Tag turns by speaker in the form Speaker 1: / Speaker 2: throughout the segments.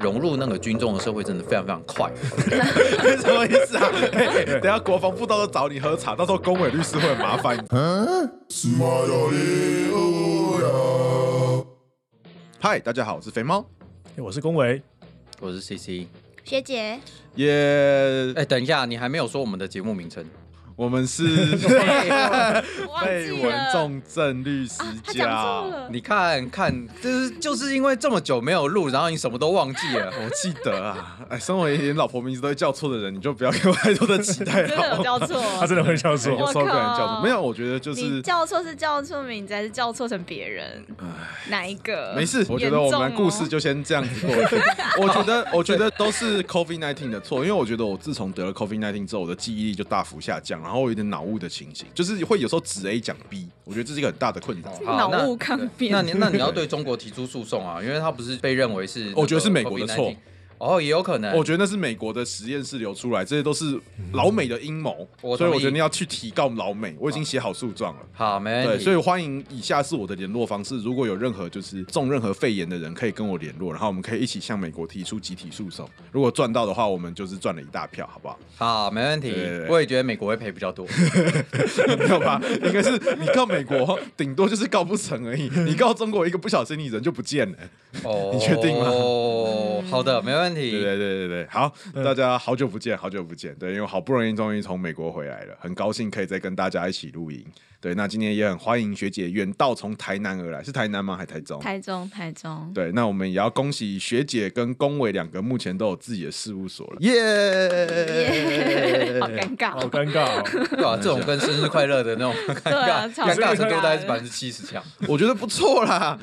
Speaker 1: 融入那个军众的社会真的非常非常快。 什么意思啊？
Speaker 2: 哎等一下国防部到时候找你喝茶，到时候公委律师会很麻 烦。
Speaker 3: 啊
Speaker 2: 哦嗨，大家好，我是肥猫，
Speaker 4: 哎我是龚维，
Speaker 1: 我是 CC。
Speaker 3: 学姐，
Speaker 2: 也、
Speaker 1: 哎、等一下，你还没有说我们的节目名称。
Speaker 2: 我们 是
Speaker 3: 忘
Speaker 2: 被
Speaker 3: 记
Speaker 2: 文
Speaker 3: 了，
Speaker 2: 重症律师
Speaker 3: 他
Speaker 2: 家。
Speaker 3: 讲错了，
Speaker 1: 你看看，就是就是因为这么久没有录，然后你什么都忘记 了。
Speaker 2: 我记得啊，哎，身为连老婆名字都会叫错的人，你就不要给我太多的期待
Speaker 3: 真的有
Speaker 2: 了。
Speaker 3: 叫 错，
Speaker 4: 他真的会叫
Speaker 2: 有
Speaker 4: 做
Speaker 3: 我
Speaker 2: 时候被人叫错，
Speaker 3: 靠
Speaker 2: 没有，我觉得就是
Speaker 3: 你叫错是叫错名字，还是叫错成别人？哪一个？
Speaker 1: 呃
Speaker 3: 哦
Speaker 2: 没事，
Speaker 1: 哦
Speaker 2: 我觉得我们故事就先这样子过 去。我觉得，我觉得都是 COVID nineteen 的错，因为我觉得我自从得了 COVID nineteen 之后，我的记忆力就大幅下降，然后我有点脑雾的情形，就是会有时候指 A 讲 B，我觉得这是一个很大的困扰。
Speaker 1: 好
Speaker 3: 脑
Speaker 1: 那
Speaker 3: 雾抗辩
Speaker 1: 那你那你要对中国提出诉讼啊，因为他不是被认为是那个
Speaker 2: 我觉得是美国的错
Speaker 1: COVID-19。哦，也有可能。
Speaker 2: 我觉得那是美国的实验室流出来，这些都是老美的阴谋，
Speaker 1: 我同意
Speaker 2: 所以我决定要去提告老美。我已经写好诉状了。
Speaker 1: 好，没问
Speaker 2: 对，
Speaker 1: 题。
Speaker 2: 所以欢迎以下是我的联络方式，如果有任何就是中任何肺炎的人，可以跟我联络，然后我们可以一起向美国提出集体诉讼。如果赚到的话，我们就是赚了一大票，好不好？
Speaker 1: 好，没问题
Speaker 2: 对对对。
Speaker 1: 我也觉得美国会赔比较多。
Speaker 2: 没有吧？应该是你告美国，顶多就是告不成而已。你告中国，一个不小心你人就不见了。
Speaker 1: 哦，
Speaker 2: 你确定吗
Speaker 1: 哦，好的，没问题。啊
Speaker 2: 对对对对对，好，大家好久不见，好久不见。对，因为我好不容易终于从美国回来了，很高兴可以再跟大家一起露营。对，那今天也很欢迎学姐远道从台南而来，是台南吗？还台中？
Speaker 3: 台中，台中，
Speaker 2: 对，那我们也要恭喜学姐跟龚伟两个目前都有自己的事务所了，耶、
Speaker 3: 好尴
Speaker 4: 好
Speaker 3: 尬，
Speaker 4: 尴尬哦。
Speaker 1: 对啊，这种跟生日快乐 的那种尴
Speaker 3: 对啊
Speaker 1: 尬，
Speaker 3: 超
Speaker 1: 尴尬
Speaker 3: 尴
Speaker 1: 程度
Speaker 3: 尬
Speaker 1: 大概是
Speaker 3: 的
Speaker 1: 百分之七十强。
Speaker 2: 我觉得不错啦。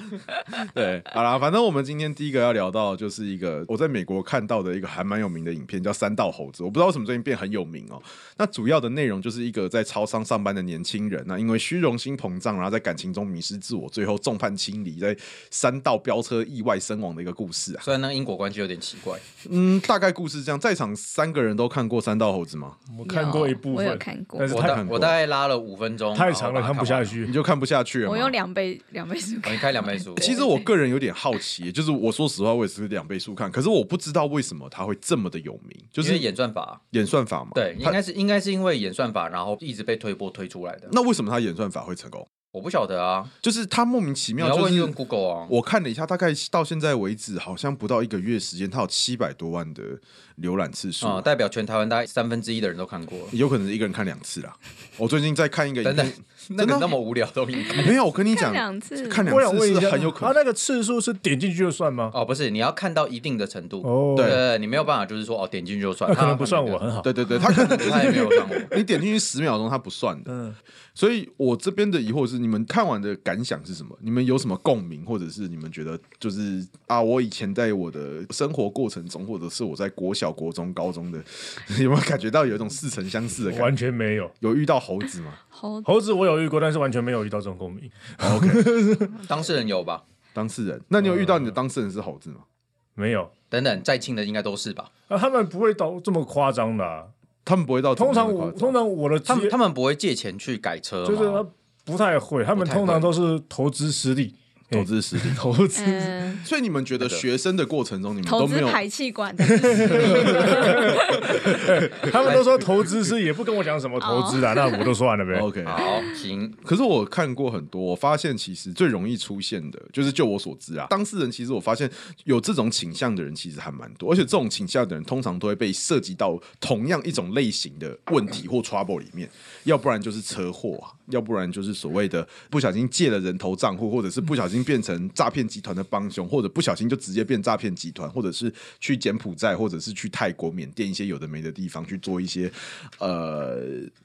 Speaker 2: 对，好啦，反正我们今天第一个要聊到的就是一个我在美国看到的一个还蛮有名的影片，叫《三道猴子》，我不知道为什么最近变很有名哦。那主要的内容就是一个在超商上班的年轻人，那因为虚荣心膨胀，然后在感情中迷失自我，最后众叛亲离，在山道飙车意外身亡的一个故事啊。
Speaker 1: 虽然那个因果关系有点奇怪，
Speaker 2: 嗯，大概故事是这样，在场三个人都看过《三道猴子》吗？
Speaker 4: 我看过一部分，
Speaker 3: 有我有看过
Speaker 4: 但是
Speaker 1: 我
Speaker 4: 太
Speaker 1: 大
Speaker 2: 看过
Speaker 1: 我大概拉了五分钟，
Speaker 4: 太长了，
Speaker 1: 然后
Speaker 4: 看
Speaker 1: 把它
Speaker 4: 不下
Speaker 1: 完。
Speaker 2: 你
Speaker 4: 去。
Speaker 2: 就看不下去了吗？
Speaker 3: 我用两倍两倍速
Speaker 1: 哦
Speaker 3: 看
Speaker 1: 你，开两倍速，
Speaker 2: 其实我个人有点好奇，就是我说实话，我也是两倍速看，可是我不知道为什么它会这么的有名，就
Speaker 1: 就是是演算法，
Speaker 2: 演算法嘛。
Speaker 1: 对，
Speaker 2: 它
Speaker 1: 应该是应该是因为演算法，然后一直被推波推出来的。
Speaker 2: 那为什么它演算法会成功？
Speaker 1: 我不晓得啊，
Speaker 2: 就是它莫名其
Speaker 1: 你
Speaker 2: 妙，
Speaker 1: 要
Speaker 2: 就
Speaker 1: 问一问
Speaker 2: 是
Speaker 1: Google 啊。
Speaker 2: 我看了一下，大概到现在为止，好像不到一个月时间，它有七百多万的浏览次数。
Speaker 1: 啊、代表全台湾大概三分之一的人都看过 了，
Speaker 2: 有可能是一个人看两次啦。 我最近在看一个影
Speaker 1: 等等
Speaker 2: 片，，
Speaker 1: 那个那么无聊都应该
Speaker 2: 没有，我跟你
Speaker 3: 看
Speaker 2: 讲，
Speaker 3: 两次，
Speaker 2: 看
Speaker 4: 我想
Speaker 2: 两
Speaker 4: 问
Speaker 2: 次
Speaker 4: 一
Speaker 2: 是
Speaker 4: 下，
Speaker 2: 很有可能。
Speaker 4: 他那个次数是点进去就算吗？
Speaker 1: 哦，不是，你要看到一定的程度，
Speaker 4: 哦，
Speaker 2: 对
Speaker 1: 对，你没有办法就是说哦，点进去就算，
Speaker 4: 那可
Speaker 1: 他
Speaker 4: 能不算我，，很好。
Speaker 2: 啊对对对，他可能 就
Speaker 1: 他也没有算
Speaker 2: 是 你点进去十秒钟，它不算的。
Speaker 4: 嗯，
Speaker 2: 所以我这边的疑惑是，你们看完的感想是什么？你们有什么共鸣，或者是你们觉得就是啊，我以前在我的生活过程中，或者是我在国小、国中、高中的， 有没有感觉到有一种似曾相识的感觉？
Speaker 4: 完全没有。
Speaker 2: 有遇到猴子吗？
Speaker 3: 好
Speaker 4: 猴子我有遇过，但是完全没有遇到这种共鸣。
Speaker 1: 我当事人有吧？
Speaker 2: 当事人？那你有遇到你的当事人是猴子吗？
Speaker 4: 没有，
Speaker 1: 等等，在庆的应该都是吧？
Speaker 4: 啊，他们不会到这么夸张的啊。
Speaker 2: 他们不会到
Speaker 4: 通常
Speaker 2: 怎么
Speaker 4: 我
Speaker 2: 样的夸张
Speaker 4: 通常我的职
Speaker 1: 他们
Speaker 4: 业
Speaker 1: 他们不会借钱去改车吗？
Speaker 4: 就是他不太会，他们
Speaker 1: 不太会
Speaker 4: 通常都是投资失利，
Speaker 2: 投资实力。
Speaker 4: 投资
Speaker 3: 嗯，
Speaker 2: 所以你们觉得学生的过程中， 你们
Speaker 3: 投
Speaker 2: 都
Speaker 3: 资
Speaker 2: 没有
Speaker 3: 排气管，
Speaker 4: 他们都说投资是也不跟我讲什么投资
Speaker 3: 哦
Speaker 4: 啦，那我就算了呗。
Speaker 2: OK？
Speaker 1: 好行，
Speaker 2: 可是我看过很多，我发现其实最容易出现的，就是就我所知啊，当事人其实我发现有这种倾向的人其实还蛮多，而且这种倾向的人通常都会被涉及到同样一种类型的问题或 trouble 里面，要不然就是车祸啊，要不然就是所谓的不小心借了人头账户，或者是不小心变成诈骗集团的帮凶，或者不小心就直接变诈骗集团，或者是去柬埔寨，或者是去泰国、缅甸一些有的没的地方去做一些呃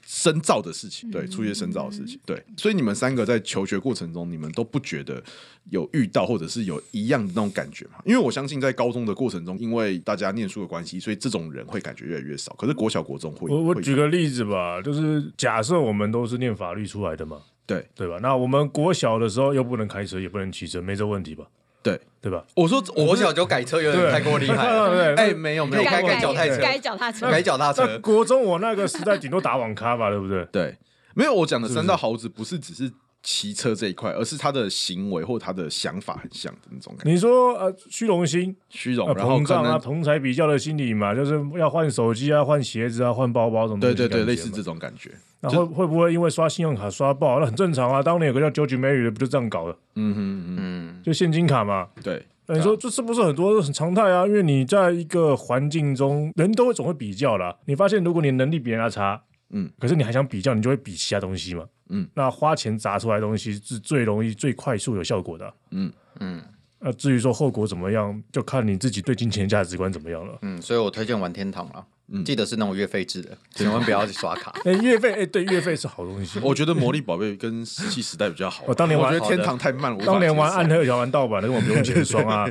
Speaker 2: 深造的事情，对，出一些深造的事情，对。所以你们三个在求学过程中，你们都不觉得有遇到或者是有一样的那种感觉嘛？因为我相信在高中的过程中，因为大家念书的关系，所以这种人会感觉越来越少。可是国小、国中会，
Speaker 4: 我我
Speaker 2: 会
Speaker 4: 举个例子吧，就是假设我们都是念法律出来的嘛，
Speaker 2: 对
Speaker 4: 对吧？那我们国小的时候又不能开车，也不能骑车，没这问题吧？
Speaker 2: 对。
Speaker 4: 对吧？
Speaker 2: 我说，我
Speaker 1: 我小就改车有点
Speaker 4: 对
Speaker 1: 太过厉害 了，
Speaker 4: 对，
Speaker 2: 哎、没有没有，
Speaker 1: 你可以改
Speaker 3: 改
Speaker 1: 脚踏车
Speaker 3: 改脚踏车，
Speaker 1: 改脚踏
Speaker 4: 那
Speaker 1: 车。
Speaker 4: 国中我那个时代顶多打网咖吧，对不对？
Speaker 2: 对，没有我讲的三道猴子不是只是骑车这一块，而是他的行为或他的想法很像的那种感觉。
Speaker 4: 你说呃，虚荣心、
Speaker 2: 虚荣
Speaker 4: 呃，
Speaker 2: 然后
Speaker 4: 膨
Speaker 2: 可
Speaker 4: 胀啊，
Speaker 2: 能
Speaker 4: 同财比较的心理嘛，就是要换手机啊、换鞋子啊、换包包什么东
Speaker 2: 对
Speaker 4: 西
Speaker 2: 对对，
Speaker 4: 感觉
Speaker 2: 类似
Speaker 4: 嘛
Speaker 2: 这种感觉。
Speaker 4: 那
Speaker 2: 就
Speaker 4: 会会不会因为刷信用卡刷爆？那很正常啊。当年有个叫 George Mary 的，不就这样搞的？
Speaker 2: 嗯哼嗯
Speaker 1: 嗯，
Speaker 4: 就现金卡嘛。
Speaker 2: 哼，对，
Speaker 4: 那你说这是不是很多很常态啊？因为你在一个环境中，人都会总会比较啦。你发现如果你的能力比人家差，
Speaker 2: 嗯，
Speaker 4: 可是你还想比较，你就会比其他东西嘛。
Speaker 2: 嗯，
Speaker 4: 那花钱砸出来的东西是最容易、最快速有效果的啊。
Speaker 2: 嗯
Speaker 1: 嗯
Speaker 4: 那至于说后果怎么样，就看你自己对金钱的价值观怎么样了。
Speaker 1: 嗯，所以我推荐玩天堂了。
Speaker 2: 嗯
Speaker 1: 记得是那种月费制的，千万不要去刷 卡。
Speaker 4: 哎，月费，哎，对，月费是好东 西。
Speaker 2: 我觉得魔力宝贝跟石器时代比较好玩。
Speaker 4: 我当年
Speaker 2: 我
Speaker 4: 玩
Speaker 2: 觉得
Speaker 4: 好
Speaker 2: 天
Speaker 4: 的
Speaker 2: 堂太慢了，我无法
Speaker 4: 当年玩
Speaker 2: 接受
Speaker 4: 暗黑有条玩盗版的，跟我不用钱爽啊。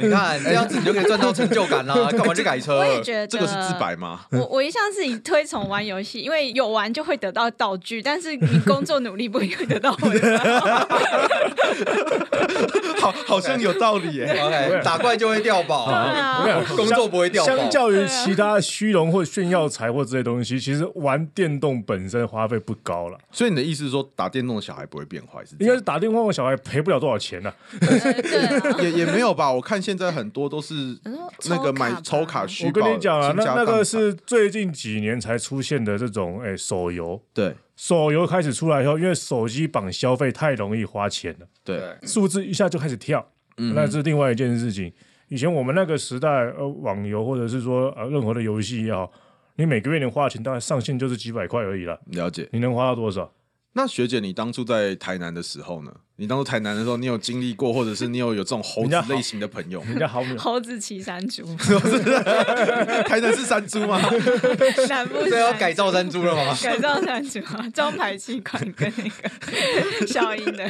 Speaker 1: 你看这样子你就可以赚到成就感 啦，干嘛去改车
Speaker 3: 我？也觉得
Speaker 2: 这个是自白吗？
Speaker 3: 我我一向是以推崇玩游戏，因为有玩就会得到道具，但是你工作努力不一定会得到 回报。
Speaker 2: 好， 好像有道理耶。
Speaker 1: OK，打怪就会掉
Speaker 3: 对
Speaker 1: 宝，
Speaker 4: 我
Speaker 3: 啊，
Speaker 4: 跟你讲
Speaker 1: 工作不会掉
Speaker 4: 相
Speaker 1: 宝。
Speaker 4: 较于其他虚荣或炫耀财或这些东西，其实玩电动本身花费不高了，
Speaker 2: 所以你的意思是说，打电动的小孩不会变坏，是这
Speaker 4: 应该
Speaker 2: 样？
Speaker 4: 是打电话问小孩赔不了多少钱呢、
Speaker 3: 呃对啊。
Speaker 2: 也也没有吧？我看现在很多都是
Speaker 3: 说嗯抽
Speaker 2: 那个买
Speaker 3: 卡
Speaker 2: 抽
Speaker 3: 吧
Speaker 2: 卡虚
Speaker 4: 我
Speaker 2: 报，
Speaker 4: 跟你讲啊，
Speaker 2: 倾
Speaker 4: 那
Speaker 2: 家
Speaker 4: 那
Speaker 2: 荡产
Speaker 4: 个是最近几年才出现的这种哎、手游，
Speaker 2: 对
Speaker 4: 手游开始出来以后，因为手机绑消费太容易花钱了，
Speaker 2: 对，
Speaker 4: 数字一下就开始跳，
Speaker 2: 嗯
Speaker 4: 那是另外一件事情。以前我们那个时代，呃，网游或者是说呃任何的游戏也好，你每个月你花的钱大概上限就是几百块而已了，
Speaker 2: 了解。
Speaker 4: 你能花到多少？
Speaker 2: 那学姐，你当初在台南的时候呢？你当初台南的时候，你有经历过，或者是你有有这种猴
Speaker 4: 人
Speaker 2: 子
Speaker 4: 家好
Speaker 2: 类型的朋友吗？
Speaker 4: 人 家毫秒。
Speaker 3: 猴子骑山猪，
Speaker 2: 台南是山猪吗？
Speaker 3: 南部
Speaker 1: 所以要
Speaker 3: 山
Speaker 1: 改造山猪了 吗？
Speaker 3: 改造山猪啊，招牌气管跟那 个小鹰的，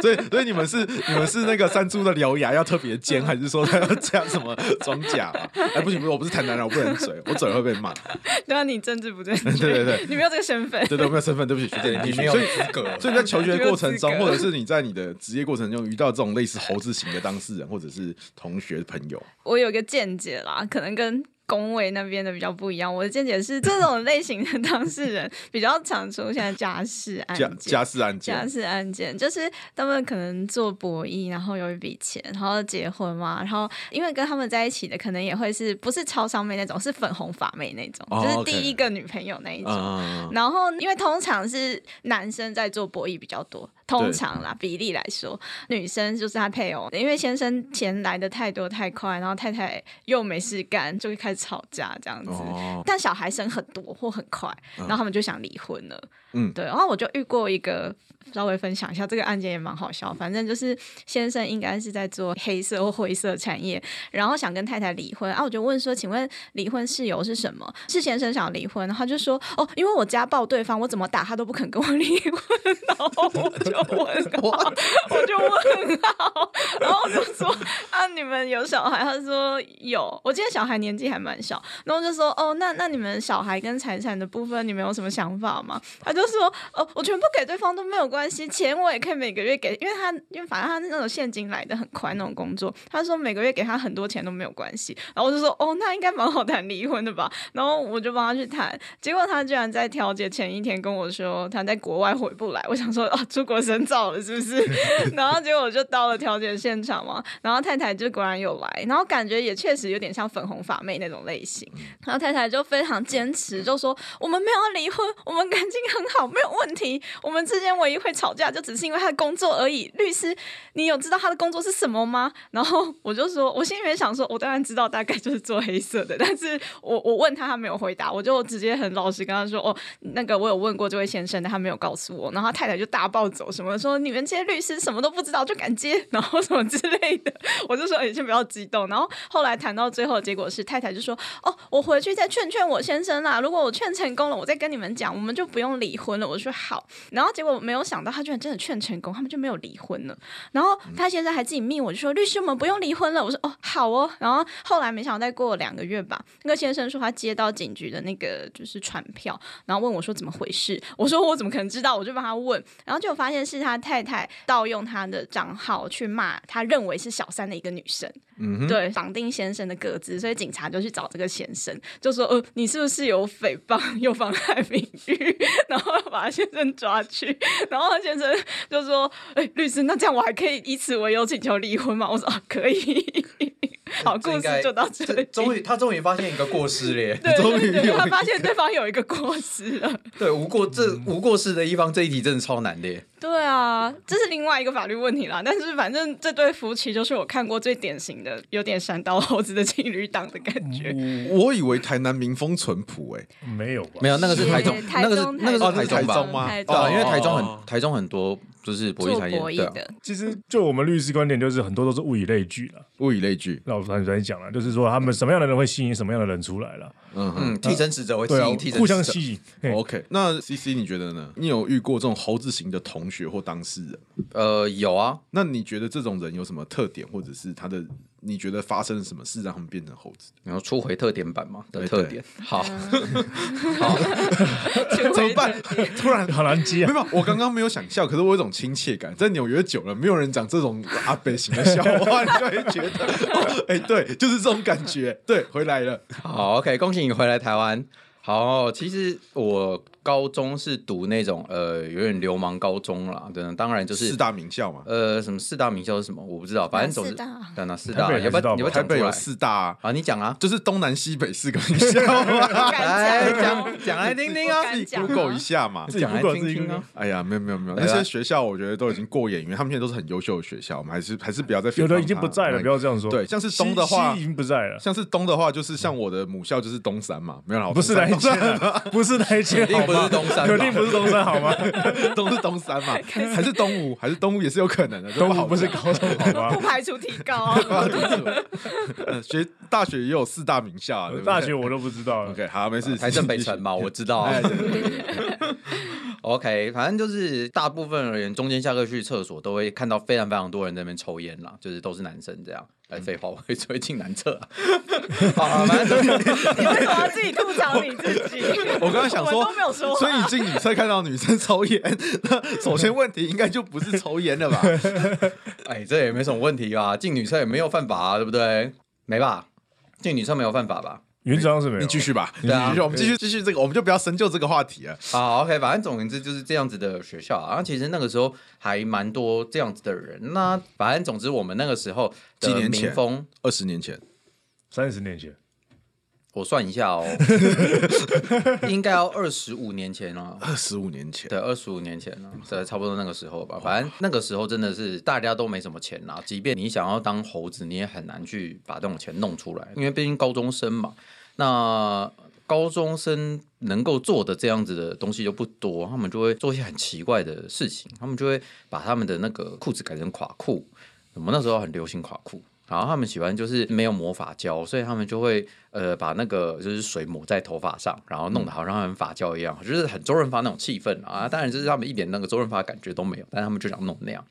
Speaker 2: 所以所以你们是你们是那个山猪的獠牙要特别尖，还是说它要加什么装甲啊？哎，不行不行，我不是台南人，我不能嘴，我嘴会被骂。
Speaker 3: 对啊，你政治不正确，
Speaker 2: 对对对
Speaker 3: 你没有这个身份，
Speaker 2: 对对，我没有身份，对不起，学姐，你必
Speaker 1: 你
Speaker 2: 须
Speaker 1: 没有
Speaker 2: 所以
Speaker 1: 资格。
Speaker 2: 所以你在求学过程中，
Speaker 3: 没有资格
Speaker 2: 或者是你在你的职业过程中遇到这种类似猴子型的当事人，或者是同学朋友，
Speaker 3: 我有一个见解啦，可能跟工位那边的比较不一样。我的见解是，这种类型的当事人比较常出现家事案
Speaker 2: 家
Speaker 3: 件。
Speaker 2: 家事案
Speaker 3: 家
Speaker 2: 件，
Speaker 3: 事案件就是他们可能做博弈，然后有一笔钱，然后结婚嘛，然后因为跟他们在一起的可能也会是不是超商妹那种，是粉红发妹那种，
Speaker 2: 哦
Speaker 3: 就是
Speaker 2: OK
Speaker 3: 第一个女朋友那一种。
Speaker 2: 啊，
Speaker 3: 然后，因为通常是男生在做博弈比较多，通常啦比例来说，女生就是他配偶，因为先生钱来的太多太快，然后太太又没事干，就会开始吵架这样子。
Speaker 2: 哦，
Speaker 3: 但小孩生很多或很快，然后他们就想离婚了。
Speaker 2: 嗯
Speaker 3: 对。然后我就遇过一个，稍微分享一下这个案件也蛮好笑。反正就是先生应该是在做黑色或灰色产业，然后想跟太太离婚啊，我就问说，请问离婚事由是什么？是先生想离婚，然后他就说哦，因为我家暴对方，我怎么打他都不肯跟我离婚，然后我就问号，我就问号，然后我就说啊，你们有小孩？他说有，我记得小孩年纪还蛮小，然后我就说哦，那那你们小孩跟财产的部分，你们有什么想法吗？他就说哦，我全部给对方都没有关系，钱我也可以每个月给，因为他因为反正他那种现金来的很快那种工作，他说每个月给他很多钱都没有关系，然后我就说哦，那应该蛮好谈离婚的吧，然后我就帮他去谈，结果他居然在调解前一天跟我说他在国外回不来，我想说哦，出国深造了是不是？ 然后结果我就到了调解现场嘛，然后太太就果然有来，然后感觉也确实有点像粉红发妹那种类型，然后太太就非常坚持，就说我们没有要离婚，我们感情很好，没有问题，我们之间唯一会吵架就只是因为他的工作而已。律师，你有知道他的工作是什么吗？然后我就说，我心里面想说，我当然知道，大概就是做黑色的，但是我我问他，他没有回答，我就直接很老实跟他说，哦，那个我有问过这位先生的，他没有告诉我。然后他太太就大暴走，什么说你们这些律师什么都不知道就敢接，然后什么之类的。 我就说你哎先不要激动。然后后来谈到最后，结果是太太就说：“哦，我回去再劝劝我先生啦。如果我劝成功了，我再跟你们讲，我们就不用离婚了。”我说好。然后结果没有想到，他居然真的劝成功，他们就没有离婚了。然后他先生还自己密我，就说律师我们不用离婚了。我说哦好哦。然后后来没想到再过了两个月吧，那个先生说他接到警局的那个就是传票，然后问我说怎么回事。我说我怎么可能知道？我就帮他问，然后就发现是他太太盗用他的账号去骂他认为是小三的一个女生。
Speaker 2: 嗯哼，
Speaker 3: 对，绑定先生的个资，所以警察就去找这个先生，就说：“呃，你是不是有诽谤又妨害名誉？” 然后把他先生抓去，然后先生就说：“哎、律师，那这样我还可以以此为由请求离婚吗？”我说：“啊、可以。”好，
Speaker 1: 这
Speaker 3: 故
Speaker 1: 应该
Speaker 3: 事就到这里。
Speaker 1: 终于，他终于发现一个过失了耶。
Speaker 3: 对
Speaker 2: 终于
Speaker 3: 对对，
Speaker 2: 有
Speaker 3: 他
Speaker 2: 一
Speaker 3: 发现对方有一个过失了。
Speaker 1: 对，无过这无过失的一方这一题真的超难的耶。
Speaker 3: 对啊，这是另外一个法律问题啦。但是反正这对夫妻就是我看过最典型的有点山刀猴子的情侣档的感觉。
Speaker 1: 嗯
Speaker 2: 我以为台南民风淳朴哎、
Speaker 4: 没有吧？
Speaker 1: 没有，那个是台中
Speaker 3: 耶，
Speaker 1: 那个是那个
Speaker 2: 哦
Speaker 1: 是
Speaker 2: 那是
Speaker 1: 中
Speaker 2: 台
Speaker 1: 吧
Speaker 2: 中？吗
Speaker 3: 台中
Speaker 1: 对啊，因为
Speaker 2: 哦
Speaker 1: 台中
Speaker 2: 哦
Speaker 1: 很台中很多就是博弈
Speaker 3: 做
Speaker 1: 产业，
Speaker 3: 博弈
Speaker 1: 对啊，
Speaker 3: 的，
Speaker 4: 其实就我们律师观点，就是很多都是物以类聚了。
Speaker 2: 物以类聚，
Speaker 4: 那我刚才讲了，就是说他们什么样的人会吸引什么样的人出来了。
Speaker 2: 嗯哼。
Speaker 1: 嗯，替身使者会吸
Speaker 4: 对啊
Speaker 1: 引替，身
Speaker 4: 互相
Speaker 1: 使者。
Speaker 4: 吸引。哎嘿
Speaker 2: OK，那 C C 你觉得呢？你有遇过这种猴子型的同学或当事人吗？
Speaker 1: 呃，有啊，
Speaker 2: 那你觉得这种人有什么特点，或者是他的你觉得发生了什么事让他们变成猴子？
Speaker 1: 然后初回特点版嘛的
Speaker 2: 对
Speaker 1: 特
Speaker 2: 对
Speaker 1: 点，好，
Speaker 3: 嗯
Speaker 1: 啊
Speaker 3: 怎么
Speaker 2: 办？
Speaker 4: 突然好难接
Speaker 2: 没
Speaker 4: 啊！
Speaker 2: 有，我刚刚没有想笑，可是我有一种亲切感。在纽约久了，没有人讲这种阿北型的笑话， 你就会觉得，哦哎、对，就是这种感觉。对，回来了，
Speaker 1: 好，OK，恭喜你回来台湾。好，其实我高中是读那种呃有点流氓高中啦，真的，当然就是
Speaker 2: 四大名校嘛，
Speaker 1: 呃什么四大名校是什么我不知道，反正总之
Speaker 3: 哪哎四大
Speaker 1: 对哪四
Speaker 4: 台
Speaker 1: 大，
Speaker 4: 北
Speaker 1: 要不
Speaker 4: 还知道
Speaker 1: 要
Speaker 4: 吗
Speaker 1: 要不要
Speaker 2: 台
Speaker 1: 讲出
Speaker 2: 北有
Speaker 1: 来？
Speaker 2: 四大、啊，
Speaker 1: 啊，你讲啊，
Speaker 2: 就是东南西北四个名 校
Speaker 4: 啊
Speaker 2: 嘛，
Speaker 1: 来
Speaker 3: 敢讲哦
Speaker 1: 哎讲讲来听听
Speaker 3: 我
Speaker 1: 啊
Speaker 3: 敢，
Speaker 2: 自己
Speaker 3: 讲啊
Speaker 2: Google 一下嘛。
Speaker 4: 自己
Speaker 1: 讲来
Speaker 4: Google，
Speaker 1: 听
Speaker 4: 自己
Speaker 1: 听啊
Speaker 4: Google。
Speaker 2: 哎呀，没有没有没有，
Speaker 1: 对
Speaker 2: 那
Speaker 1: 啊
Speaker 2: 些学校我觉得都已经过眼云，他们现在都是很优秀的学校，我们还是还是不要再
Speaker 4: 有
Speaker 2: 诽谤
Speaker 4: 的已经
Speaker 2: 他
Speaker 4: 不在了，
Speaker 2: 哎
Speaker 4: 不要这样说。
Speaker 2: 对，像是东的话
Speaker 4: 啊西西已，经不在了，
Speaker 2: 像是东的话，就是像我的母校就是东山嘛，没有啦，我
Speaker 4: 不是
Speaker 2: 东山
Speaker 4: 那一间啊，不是那一间，
Speaker 1: 肯定不是
Speaker 4: 好吗
Speaker 1: 东山吧
Speaker 4: 肯定不是东山，好吗？
Speaker 2: 东是东山嘛，还是东吴，还是东吴也是有可能的，这
Speaker 4: 东
Speaker 2: 好
Speaker 4: 吴不是
Speaker 2: 讲
Speaker 4: 高中，好吗？
Speaker 3: 不排除提高 啊。
Speaker 2: 搞清楚。 呃学大学也有四大名校 啊，对不对
Speaker 4: 大学我都不知道了。
Speaker 2: OK 好，没事，
Speaker 1: 啊台
Speaker 2: 继续
Speaker 1: 正北城。嘛，我知道啊
Speaker 2: 哎，。对对对对
Speaker 1: OK，反正就是大部分而言，中间下课去厕所都会看到非常非常多人在那边抽烟啦，就是都是男生这样。
Speaker 2: 嗯
Speaker 1: 哎，废话，我会会进男厕啊。好啊，反正就是
Speaker 3: 你为什么要自己吐槽你自己？
Speaker 2: 我刚刚想说
Speaker 3: 我都没有说话，
Speaker 2: 所以你进女厕看到女生抽烟， 那首先问题应该就不是抽烟了吧？
Speaker 1: 哎，这也没什么问题吧？进女厕也没有犯法、啊，对不对？没吧？进女厕没有犯法吧？
Speaker 4: 原则上是没有。
Speaker 2: 你继续吧，
Speaker 1: 对啊
Speaker 2: 你继续我们继续继续这个，我们就不要深究这个话题了。
Speaker 1: 好，OK，反正总而言之就是这样子的学校啊。然后其实那个时候还蛮多这样子的人。那反正总之我们那个时候
Speaker 2: 几
Speaker 1: 的
Speaker 2: 年前
Speaker 1: 民风，
Speaker 2: 二十年前，
Speaker 4: 三十年前，
Speaker 1: 我算一下哦，应该要二十五年前了、
Speaker 2: 二十五年前，
Speaker 1: 对，二十五年前了，对，差不多那个时候吧。反正那个时候真的是大家都没什么钱啦，即便你想要当猴子，你也很难去把这种钱弄出来，因为毕竟高中生嘛。那高中生能够做的这样子的东西就不多，他们就会做一些很奇怪的事情，他们就会把他们的那个裤子改成垮裤。我们那时候很流行垮裤，然后他们喜欢就是没有魔法胶，所以他们就会呃把那个就是水抹在头发上，然后弄得好像很发胶一样，就是很周润发那种气氛啊。当然就是他们一点那个周润发的感觉都没有，但他们就想弄那样。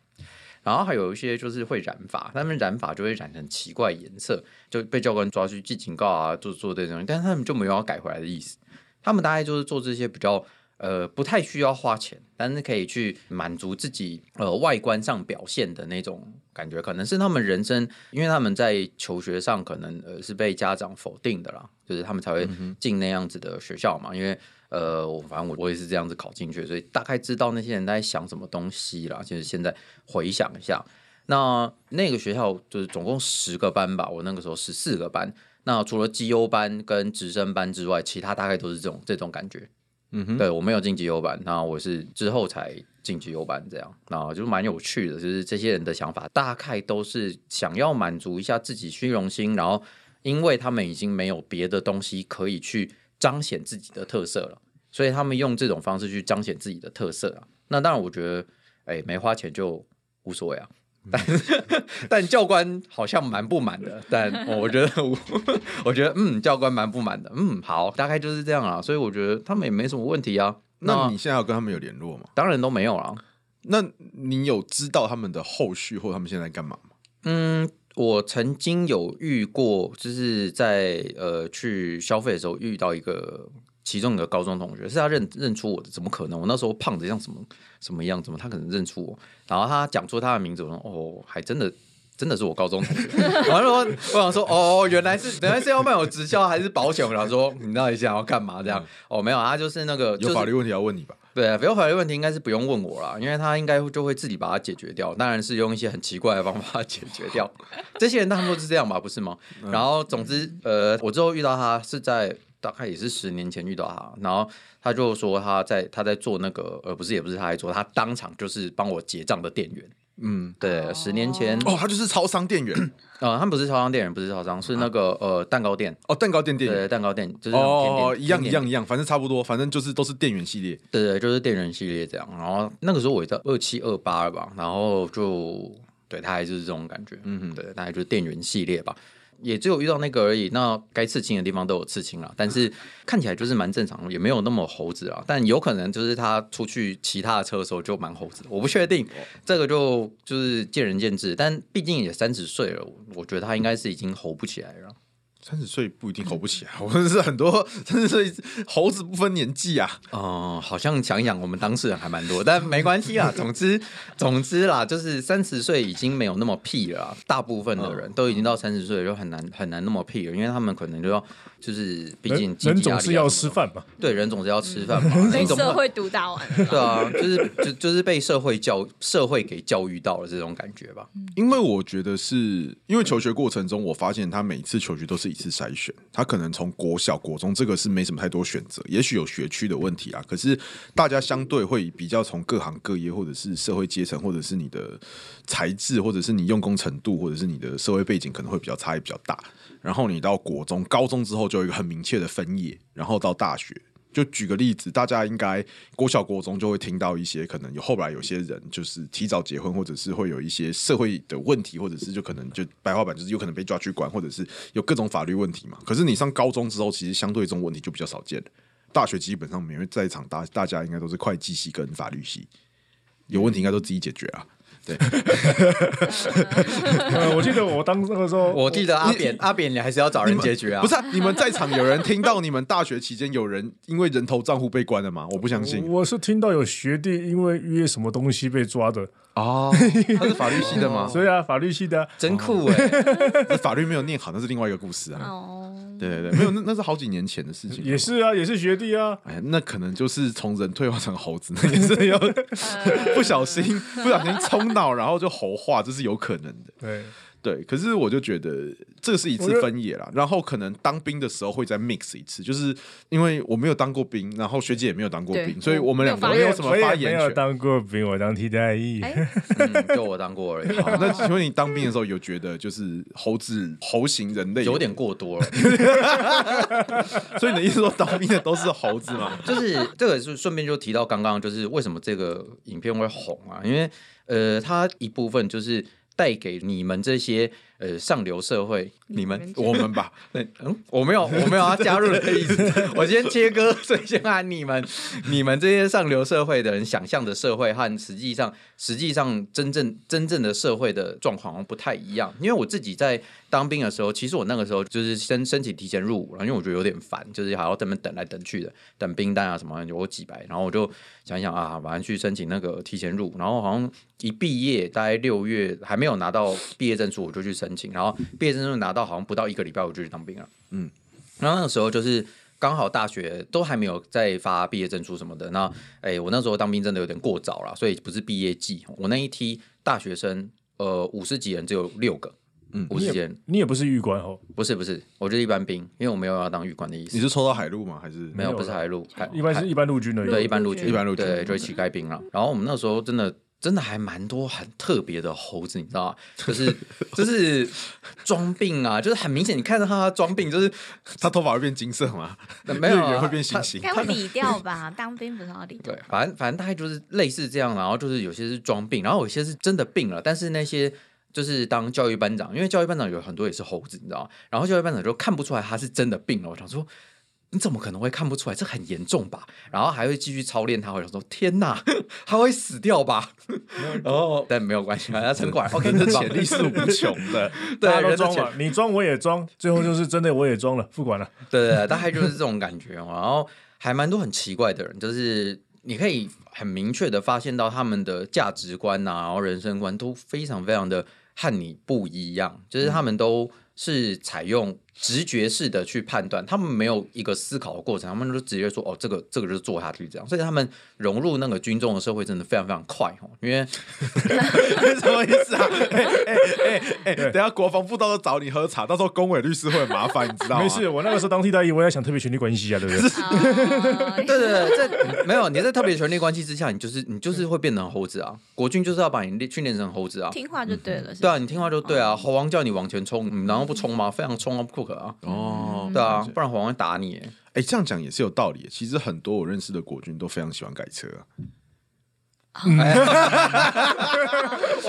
Speaker 1: 然后还有一些就是会染发，他们染发就会染成奇怪颜色，就被教官抓去记警告啊，做做这种东西，但是他们就没有要改回来的意思。他们大概就是做这些比较呃不太需要花钱，但是可以去满足自己呃外观上表现的那种感觉，可能是他们人生，因为他们在求学上可能呃是被家长否定的啦，就是他们才会进那样子的学校嘛，因为。呃，我反正我我也是这样子考进去，所以大概知道那些人在想什么东西啦。就是现在回想一下，那那个学校就是总共十个班吧，我那个时候十四个班。那除了绩优班跟直升班之外，其他大概都是这种这种感觉。
Speaker 2: 嗯哼，
Speaker 1: 对我没有进绩优班，那我是之后才进绩优班，这样，那就蛮有趣的。就是这些人的想法大概都是想要满足一下自己虚荣心，然后因为他们已经没有别的东西可以去彰显自己的特色了，所以他们用这种方式去彰显自己的特色啊。那当然，我觉得，哎，没花钱就无所谓啊。
Speaker 2: 嗯
Speaker 1: 但但教官好像蛮不满的，但我觉得我 我觉得嗯，教官蛮不满的，嗯，好，大概就是这样啊啦。所以我觉得他们也没什么问题啊。
Speaker 2: 那你现在有跟他们有联络吗？
Speaker 1: 当然都没有啊啦。
Speaker 2: 那你有知道他们的后续或他们现在干嘛吗？
Speaker 1: 嗯，我曾经有遇过，就是在呃去消费的时候遇到一个其中一个高中同学，是他认认出我的，怎么可能？我那时候胖的像什么什么样，怎么他可能认出我？然后他讲出他的名字，我说哦，还真的真的是我高中同学。 完了，我我想说，哦，原来是原来是要卖我直销还是保险？我想说，嗯你到底想要干嘛？这样哦，没有，他就是那个就
Speaker 2: 有
Speaker 1: 是
Speaker 2: 法律问题要问你吧？
Speaker 1: 对啊，有法律问题应该是不用问我啦，因为他应该就会自己把它解决掉。当然是用一些很奇怪的方法解决 掉。这些人他们都是这样吧，不是吗？
Speaker 2: 嗯
Speaker 1: 然后总之，呃，我之后遇到他是在大概也是十年前遇到他，然后他就说他在他在做那个呃不是也不是他在做，他当场就是帮我结账的店员。
Speaker 2: 嗯，
Speaker 1: 对，十年前，
Speaker 2: 哦，他就是超商店员
Speaker 1: 呃，他们不是超商店员，不是超商，是那个呃蛋糕店，
Speaker 2: 哦，蛋糕店店员
Speaker 1: 对，蛋糕店就是那种甜点
Speaker 2: 哦，一样一
Speaker 1: 甜点
Speaker 2: 样一样，反正差不多，反正就是都是店员系列。
Speaker 1: 对对，就是电人系列这样。然后那个时候我也在二七二八了吧，然后就对他还是这种感觉，嗯
Speaker 2: 哼
Speaker 1: 对，大概就是电源系列吧。也只有遇到那个而已，那该刺青的地方都有刺青了，但是看起来就是蛮正常，也没有那么猴子啊。但有可能就是他出去骑他的车的时候就蛮猴子的，我不确定，这个就就是见仁见智。但毕竟也三十岁了，我我觉得他应该是已经猴不起来了。
Speaker 2: 三十岁不一定吼不起来，啊 我认识很多三十岁猴子不分年纪啊。
Speaker 1: 哦、好像想一想，我们当事人还蛮多，但没关系啦。总之，总之啦，就是三十岁已经没有那么屁了啦。大部分的人都已经到三十岁了，就很难很难那么屁了，因为他们可能就要就是，毕竟
Speaker 4: 人
Speaker 1: 经
Speaker 4: 人
Speaker 1: 济压
Speaker 4: 总
Speaker 1: 力
Speaker 4: 是
Speaker 1: 啊
Speaker 4: 要
Speaker 1: 什
Speaker 4: 吃
Speaker 1: 么的，
Speaker 4: 饭 嘛，
Speaker 1: 对，人总是要吃饭嘛。那
Speaker 3: 被
Speaker 1: 你总不
Speaker 3: 社
Speaker 1: 能
Speaker 3: 会毒打完了啦。
Speaker 1: 对啊，就是就就是被社会教社会给教育到了这种感觉吧。
Speaker 2: 因为我觉得是因为求学过程中，我发现他每次求学都是一次筛选，他可能从国小、国中这个是没什么太多选择，也许有学区的问题啊啦。可是大家相对会比较从各行各业，或者是社会阶层，或者是你的才智，或者是你用功程度，或者是你的社会背景，可能会比较差异比较大。然后你到国中、高中之后，就有一个很明确的分野，然后到大学。就举个例子，大家应该国小国中就会听到一些可能有后来有些人就是提早结婚，或者是会有一些社会的问题，或者是就可能就白话版就是有可能被抓去关，或者是有各种法律问题嘛。可是你上高中之后，其实相对这种问题就比较少见了。大学基本上没有因为在场大大家应该都是会计系跟法律系，有问题应该都自己解决啊。
Speaker 4: 呃，我记得 我当那个时候，
Speaker 1: 我记得阿扁，阿扁你还是要找人解决啊。
Speaker 2: 不是、啊、你们在场有人听到你们大学期间有人因为人头账户被关了吗？我不相
Speaker 1: 哦
Speaker 2: 信
Speaker 4: 我是听到有学弟因为约什么东西被抓的，
Speaker 2: 哦，他是法律系的吗？
Speaker 4: 所以啊，法律系的啊
Speaker 1: 真酷哎、
Speaker 2: 那法律没有念好，那是另外一个故事啊。
Speaker 3: 哦，
Speaker 2: 对对对，没有，那那是好几年前的事情。
Speaker 4: 也，是啊，也是学弟啊，
Speaker 2: 哎，那可能就是从人退化成猴子，那也
Speaker 1: 呃
Speaker 2: 是有不小心不小心冲脑，然后就猴化，这是有可能的。
Speaker 4: 对，
Speaker 2: 对，可是我就觉得这是一
Speaker 4: 我觉
Speaker 2: 次
Speaker 4: 得
Speaker 2: 分野啦，
Speaker 1: 嗯
Speaker 2: 然后可能当兵的时候会再 mix 一次，就是因为我没有当过兵，然后学姐也没有当过
Speaker 3: 对
Speaker 2: 兵，所以我们两个
Speaker 3: 我
Speaker 2: 没
Speaker 3: 没有
Speaker 2: 有什么
Speaker 4: 我也
Speaker 2: 发
Speaker 4: 没
Speaker 2: 言
Speaker 4: 有
Speaker 2: 权。
Speaker 4: 当过兵，我当替代役。
Speaker 3: 哎
Speaker 1: 嗯，就我当过而 已，
Speaker 2: 好那请问你当兵的时候有觉得就是猴子猴型人类
Speaker 1: 有点过多了。
Speaker 2: 所以你的意思说当兵的都是猴子 吗？
Speaker 1: 就是这个是顺便就提到刚刚，就是为什么这个影片会红啊？因为呃，它一部分就是带给你们这些呃上流社会，你们
Speaker 2: 我们吧，
Speaker 1: 对嗯，我没有我没有要加入的意思，我先切割，所以先喊你们 你们这些上流社会的人想象的社会和实际上实际上真正真正的社会的状况好像不太一样。因为我自己在当兵的时候，其实我那个时候就是申申请提前入伍了，因为我觉得有点烦，就是还要这么等来等去的，等兵单啊什么，有几百，然后我就想一想啊，晚上去申请那个提前入伍，然后好像一毕业大概六月还没有拿到毕业证书，我就去申请，然后毕业证书拿到好像不到一个礼拜我就去当兵了，嗯
Speaker 2: 嗯，
Speaker 1: 然后那个时候就是。刚好大学都还没有在发毕业证书什么的，那哎、我那时候当兵真的有点过早了，所以不是毕业季。我那一批大学生，呃，五十几人只有六个，嗯
Speaker 2: 嗯，
Speaker 1: 五十几人，
Speaker 4: 你也不是狱官哦，
Speaker 1: 不是不是，我就是一般兵，因为我没有要当狱官的意思
Speaker 2: 你。是抽到海陆吗？还是
Speaker 1: 没有，
Speaker 4: 没有
Speaker 1: 不是
Speaker 4: 啦
Speaker 1: 海陆，海
Speaker 4: 一般是一般陆军的，
Speaker 1: 对一般陆军，
Speaker 2: 一般陆嗯军
Speaker 1: 对，就是乞丐兵了。然后我们那时候真的真的还蛮多很特别的猴子，你知道吗？就是 就是装病啊，就是很明显，你看到他装病， 就是
Speaker 2: 他头发会变金色吗？
Speaker 1: 呃没有
Speaker 2: 日
Speaker 1: 啊
Speaker 2: 语会变星星
Speaker 3: 该。会理掉吧？当兵不是 要理掉
Speaker 1: 对，反正反正大概就是类似这样，然后就是有些是装病，然后有些是真的病了，但是那些就是当教育班长，因为教育班长有很多也是猴子，你知道吗？然后教育班长就看不出来他是真的病了，我想说。你怎么可能会看不出来？这很严重吧？然后还会继续操练他，我想说天哪，他会死掉吧？然后但没有关系，他撑过 来。OK，
Speaker 2: 人的
Speaker 1: 很棒
Speaker 2: 潜力是无穷 的，
Speaker 1: 对
Speaker 4: 大家
Speaker 1: 人
Speaker 4: 都
Speaker 1: 的
Speaker 4: 装
Speaker 1: 潜
Speaker 4: 嘛，你装我也装，最 后就是真的我也装了，不管了。
Speaker 1: 对对对，大概就是这种感觉哦。然后还蛮多很奇怪的人，就是你可啊以很明确的发现到他们的价值观呐、然后人生观都非常非常的和你不一样，就是他们都是采用直觉式的去判断，他们没有一个思考的过程，他们就直接说哦，这个这个就是做下去这样，所以他们融入那个军众的社会真的非常非常快哦，因为
Speaker 2: 什么意 思啊？哎哎哎哎，等一下国防部到时候找你喝茶，到时候公委律师会很麻烦，你知道
Speaker 1: 啊
Speaker 2: 吗？
Speaker 4: 没事，我那个时候当替代役，我也想特别权利关系啊，对 不对？
Speaker 3: 啊
Speaker 1: 对对对，这没有你在特别权利关系之下，你就是你就是会变成猴子啊，国军就是要把你练训练成猴子啊，
Speaker 3: 听话就对了。是
Speaker 1: 对
Speaker 3: 吧
Speaker 1: 啊，你听话就对啊，猴王叫你往前冲，嗯然后不冲吗？非常冲啊，不可啊，
Speaker 2: 哦，
Speaker 1: 对啊，不然猴王会打你耶。
Speaker 2: 哎、这样讲也是有道理耶。其实很多我认识的国军都非常喜欢改车啊。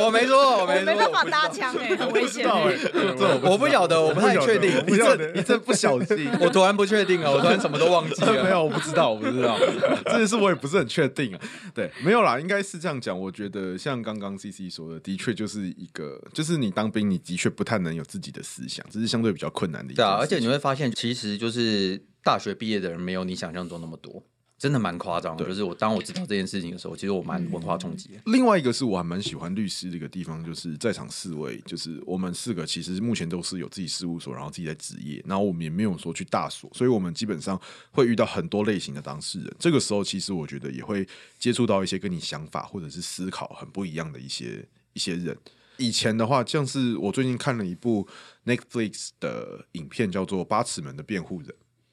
Speaker 1: 我没说，我
Speaker 3: 我没办法
Speaker 1: 我
Speaker 3: 搭腔哎，很危险
Speaker 4: 知道
Speaker 3: 哎
Speaker 4: 哎。
Speaker 1: 不我不晓得，我不太确定
Speaker 4: 我，不
Speaker 2: 一
Speaker 4: 知道
Speaker 2: 阵一阵不小心，
Speaker 1: 我突然不确定了，我突然什么都忘记了。
Speaker 2: 没有，我不知道，我不 知道，这件事我也不是很确定啊。对，没有啦，应该是这样讲。我觉得像刚刚 C C 说的，的确就是一个，就是你当兵，你的确不太能有自己的思想，这是相对比较困难的
Speaker 1: 对
Speaker 2: 一件事情。
Speaker 1: 啊， 而且你会发现，其实就是大学毕业的人没有你想象中那么多，真的蛮夸张的。就是我当我知道这件事情的时候，其实我蛮文化冲击的。
Speaker 2: 另外一个是我还蛮喜欢律师这个地方，就是在场四位，就是我们四个其实目前都是有自己事务所，然后自己在职业，然后我们也没有说去大所，所以我们基本上会遇到很多类型的当事人。这个时候，其实我觉得也会接触到一些跟你想法或者是思考很不一样的一些一些人。以前的话，像是我最近看了一部 Netflix 的影片，叫做《八尺门的辩护人》。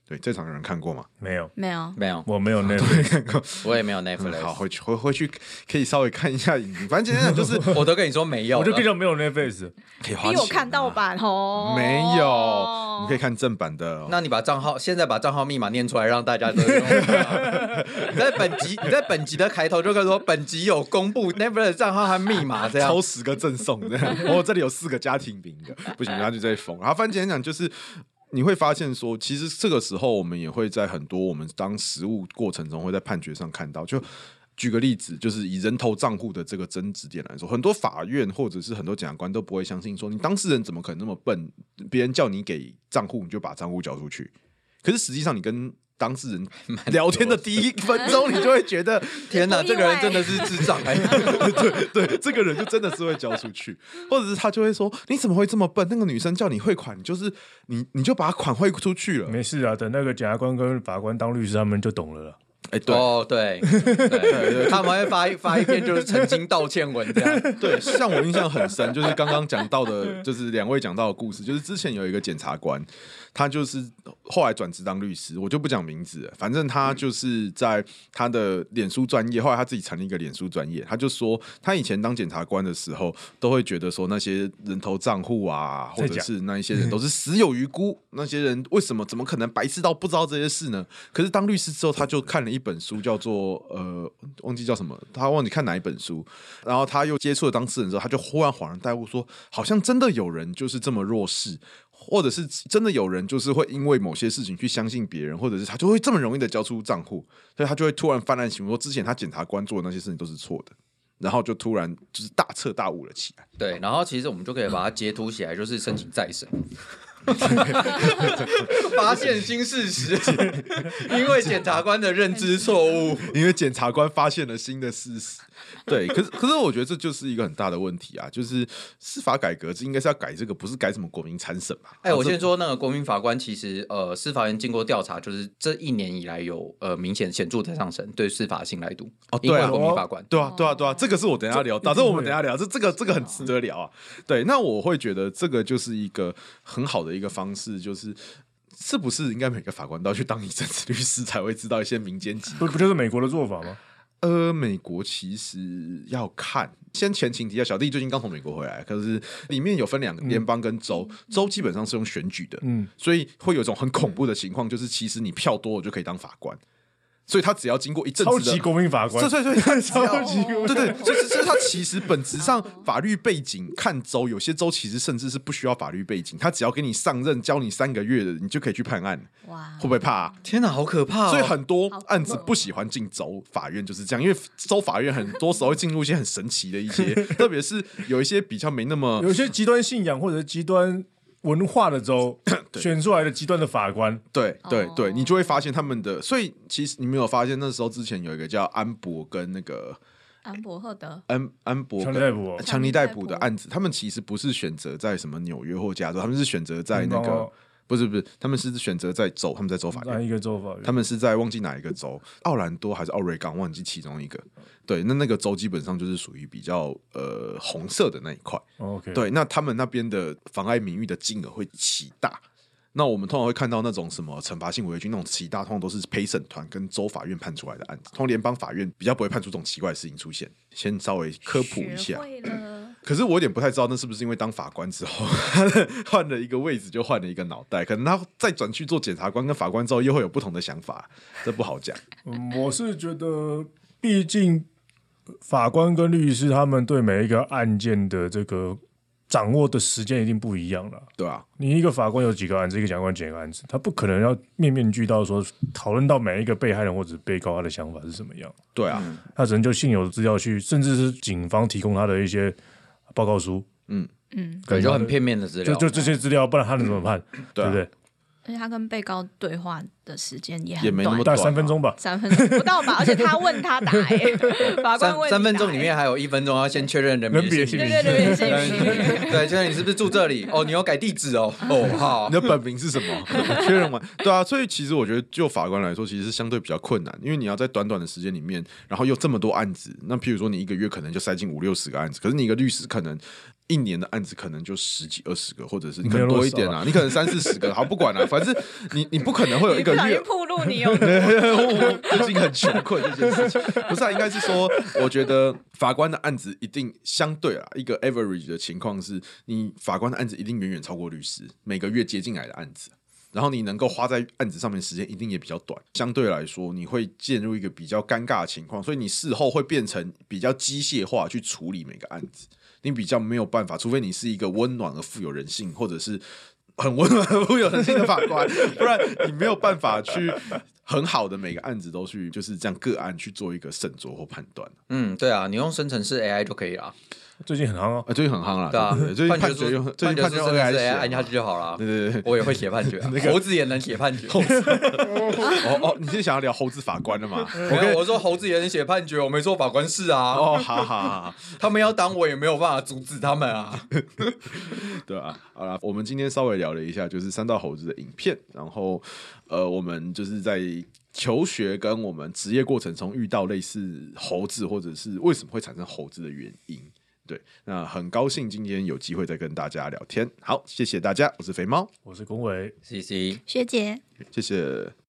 Speaker 2: 对，在场有人看过吗？
Speaker 4: 没有，
Speaker 3: 没有，
Speaker 1: 没有，
Speaker 4: 我没有那个，
Speaker 1: 我也没有
Speaker 2: 嗯
Speaker 1: Netflix，、
Speaker 2: 好，回去回回去可以稍微看一下影评。反正简单讲 就是
Speaker 1: 我都跟你说没有了，
Speaker 4: 我就更加没有那 face。
Speaker 2: 可以花
Speaker 3: 逼我
Speaker 2: 钱
Speaker 3: 看
Speaker 2: 啊
Speaker 3: 盗版哦。
Speaker 2: 没有，你可以看正版的。哦
Speaker 1: 那你把账号现在把账号密码念出来，让大家都知道你在本集你在本集的开头就跟说本集有公布 Netflix 账号和密码这样
Speaker 2: 抽。十个赠送 这样，我、哦、这里有四个家庭名的，不行，人家就在疯。然后反正简单讲就是，你会发现说，其实这个时候我们也会在很多我们当实务过程中会在判决上看到，就。举个例子，就是以人头账户的这个争执点来说，很多法院或者是很多检察官都不会相信说，你当事人怎么可能那么笨？别人叫你给账户，你就把账户交出去。可是实际上，你跟当事人聊天的第一分 钟，你就会觉得
Speaker 1: 天哪，
Speaker 3: 不意
Speaker 1: 这
Speaker 3: 外
Speaker 1: 个人真的是智障哎！
Speaker 2: 对，这个人就真的是会交出去，或者是他就会说：“你怎么会这么笨？那个女生叫你汇款，你就是你你就把款汇出去了。
Speaker 4: 没事啊，等那个检察官跟法官当律师，他们就懂了啦。”
Speaker 2: 哎，对
Speaker 1: 哦，对，对，他们会发一发一篇就是澄清道歉文这 样。
Speaker 2: 对，像我印象很深，就是刚刚讲到的，就是两位讲到的故事，就是之前有一个检察官，他就是后来转职当律师，我就不讲名字了，反正他就是在他的脸书专业，后来他自己成立一个脸书专业，他就说他以前当检察官的时候，都会觉得说那些人头账户啊，或者
Speaker 4: 在讲
Speaker 2: 是那一些人都是死有余辜，那些人为什么怎么可能白痴到不知道这些事呢？可是当律师之后，他就看了一本书，叫做呃，忘记叫什么，他忘记看哪一本书，然后他又接触了当事人之后，他就忽然恍然大悟说，好像真的有人就是这么弱势，或者是真的有人就是会因为某些事情去相信别人，或者是他就会这么容易的交出账户，所以他就会突然泛滥情说，之前他检察官做的那些事情都是错的，然后就突然就是大彻大悟了起来。
Speaker 1: 对，然后其实我们就可以把它截图起来，就是申请再审。发现新事实， 因为检察官的认知错误。
Speaker 2: 因为检察官发现了新的事实。 对，可是可是我觉得这就是一个很大的问题啊，就是司法改革这应该是要改这个，不是改什么国民参审嘛？
Speaker 1: 哎、我
Speaker 2: 这
Speaker 1: 先说那个国民法官，其实呃，司法院经过调查，就是这一年以来有呃明显显著的上升，对司法信赖度。
Speaker 2: 哦
Speaker 1: 因
Speaker 2: 对
Speaker 1: 为
Speaker 2: 啊
Speaker 1: 国民法官。
Speaker 2: 对啊，对啊，对啊，这个是我等一下聊到，这我们等一下聊，这这个这个很值得聊啊。对，那我会觉得这个就是一个很好的一个方式，就是是不是应该每个法官都要去当一阵 子律师，才会知道一些民间疾
Speaker 4: 不不就是美国的做法吗？
Speaker 2: 呃，美国其实要看，先前情提要，小弟最近刚从美国回来，可是里面有分两个联邦跟州，州基本上是用选举的，
Speaker 4: 嗯
Speaker 2: 所以会有一种很恐怖的情况，就是其实你票多，我就可以当法官，所以他只要经过一阵子
Speaker 4: 超
Speaker 2: 的
Speaker 4: 级国民法官
Speaker 2: 对，对对， 他只要
Speaker 4: 超级
Speaker 2: 对对，就是就是他其实本质上法律背景看州，有些州其实甚至是不需要法律背景，他只要给你上任，教你三个月的，你就可以去判案，
Speaker 3: 哇
Speaker 2: 会，不会怕啊、啊
Speaker 1: 天哪，好可怕、哦！
Speaker 2: 所以很多
Speaker 3: 好恐怖
Speaker 2: 案子不喜欢进州法院就是这样，因为州法院很多时候会进入一些很神奇的一 些，特别是有一些比较没那么
Speaker 4: 有些极端信仰或者极端文化的州选出来的极端的法官，
Speaker 2: 对对
Speaker 3: 哦
Speaker 2: 对，你就会发现他们的。所以其实你没有发现那时候之前有一个叫安博跟那个
Speaker 3: 安博赫德，
Speaker 2: 安安博
Speaker 4: 强
Speaker 2: 跟
Speaker 4: 尼逮捕哦
Speaker 2: 强尼逮捕
Speaker 3: 强尼逮捕
Speaker 2: 的案子，他们其实不是选择在什么纽约或加州，他们是选择在那
Speaker 4: 联邦
Speaker 2: 个
Speaker 4: 哦哎
Speaker 2: 不是不是，他们是选择在州，他们在州法
Speaker 4: 按
Speaker 2: 院。
Speaker 4: 一个州法院，
Speaker 2: 他们是在忘记哪一个州，奥兰多还是奥瑞冈，忘记其中一个。对，那那个州基本上就是属于比较呃红色的那一块。
Speaker 4: 哦 OK，
Speaker 2: 对，那他们那边的妨碍名誉的金额会奇大。那我们通常会看到那种什么惩罚性违约金那种奇大，通常都是陪审团跟州法院判出来的案子，通常联邦法院比较不会判出这种奇怪的事情出现。先稍微科普一
Speaker 3: 学
Speaker 2: 下，
Speaker 3: 会了，
Speaker 2: 可是我有点不太知道，那是不是因为当法官之后换了一个位置就换了一个脑袋，可能他再转去做检察官跟法官之后又会有不同的想法，这不好讲。
Speaker 4: 嗯，我是觉得，毕竟法官跟律师他们对每一个案件的这个掌握的时间一定不一样了。
Speaker 2: 对啊，
Speaker 4: 你一个法官有几个案子，一个检察官几个案子，他不可能要面面俱到说讨论到每一个被害人或者被告他的想法是什么样，
Speaker 2: 对啊，
Speaker 4: 他只能就现有的资料去，甚至是警方提供他的一些报告书，
Speaker 3: 嗯，
Speaker 1: 对，就很片面的资
Speaker 4: 就
Speaker 1: 料，
Speaker 4: 就这些资料，不然他能怎么判，
Speaker 2: 对
Speaker 4: 对
Speaker 2: 啊
Speaker 4: 不对？
Speaker 3: 而且他跟被告对话的时间也
Speaker 2: 也
Speaker 3: 很
Speaker 2: 没那
Speaker 3: 短
Speaker 2: 么。
Speaker 4: 大概
Speaker 2: 短
Speaker 4: 三分
Speaker 2: 啊
Speaker 4: 钟吧，
Speaker 3: 三分钟不到 吧，而且他问他答、欸，法官
Speaker 1: 三
Speaker 3: 问你答
Speaker 1: 三分钟
Speaker 3: 欸
Speaker 1: 里面还有一分钟要先确认人
Speaker 4: 人
Speaker 1: 别
Speaker 4: 别
Speaker 1: 姓
Speaker 4: 姓名
Speaker 1: 名
Speaker 3: 对。对对，也是
Speaker 1: 对，确认你是不是住这里？哦，你有改地址哦。哦，好
Speaker 2: 你，的本名是什么？确认完，对啊，所以其实我觉得，就法官来说，其实是相对比较困难，因为你要在短短的时间里面，然后又这么多案子，那譬如说你一个月可能就塞进五六十个案子，可是你一个律师可能。一年的案子可能就十几二十个，或者是你可能多一点啊，你可能三四十个，好不管了、反正你你不可能会有一
Speaker 3: 你
Speaker 2: 个
Speaker 3: 不小
Speaker 2: 月
Speaker 3: 心暴露你有哦
Speaker 2: 我我最近很穷困这件事情，不是、啊，应该是说，我觉得法官的案子一定相对啊啦，一个 average 的情况是，你法官的案子一定远远超过律师每个月接进来的案子。然后你能够花在案子上面时间一定也比较短，相对来说你会进入一个比较尴尬的情况，所以你事后会变成比较机械化去处理每个案子，你比较没有办法，除非你是一个温暖而富有人性，或者是很温暖、富有人性的法官，不然你没有办法去很好的每个案子都去就是这样个案去做一个审酌或判断。
Speaker 1: 嗯，对啊，你用生成式 AI 就可以了。
Speaker 4: 最近很夯哦。
Speaker 2: 啊，最近很夯啦，
Speaker 1: 对啊
Speaker 2: 不，最近判决
Speaker 1: 决
Speaker 2: 用
Speaker 1: 书
Speaker 2: 最近
Speaker 1: 判
Speaker 2: 判
Speaker 1: 决
Speaker 2: 决用
Speaker 1: 书生成式
Speaker 2: AI
Speaker 1: AI 按
Speaker 2: 写
Speaker 1: 下
Speaker 2: 啊
Speaker 1: 去就哎好了。
Speaker 2: 对对对对。
Speaker 1: 我也会写判决啊，猴子也能写判决。
Speaker 2: 哦哦，你现在想要聊猴子法官 了吗？
Speaker 1: 我跟我说猴子也能写判决，我没说法官是 啊。
Speaker 2: 哦，好好好好，
Speaker 1: 他们要挡我也没有办法阻止他们啊。
Speaker 2: 对啊，好啦，我们今天稍微聊了一下，就是三道猴子的影片，然后呃，我们就是在求学跟我们职业过程中遇到类似猴子，或者是为什么会产生猴子的原因。对，那很高兴今天有机会再跟大家聊天。好，谢谢大家，我是肥猫，
Speaker 4: 我是龚伟，
Speaker 1: C C。
Speaker 3: 学姐。
Speaker 2: 谢谢。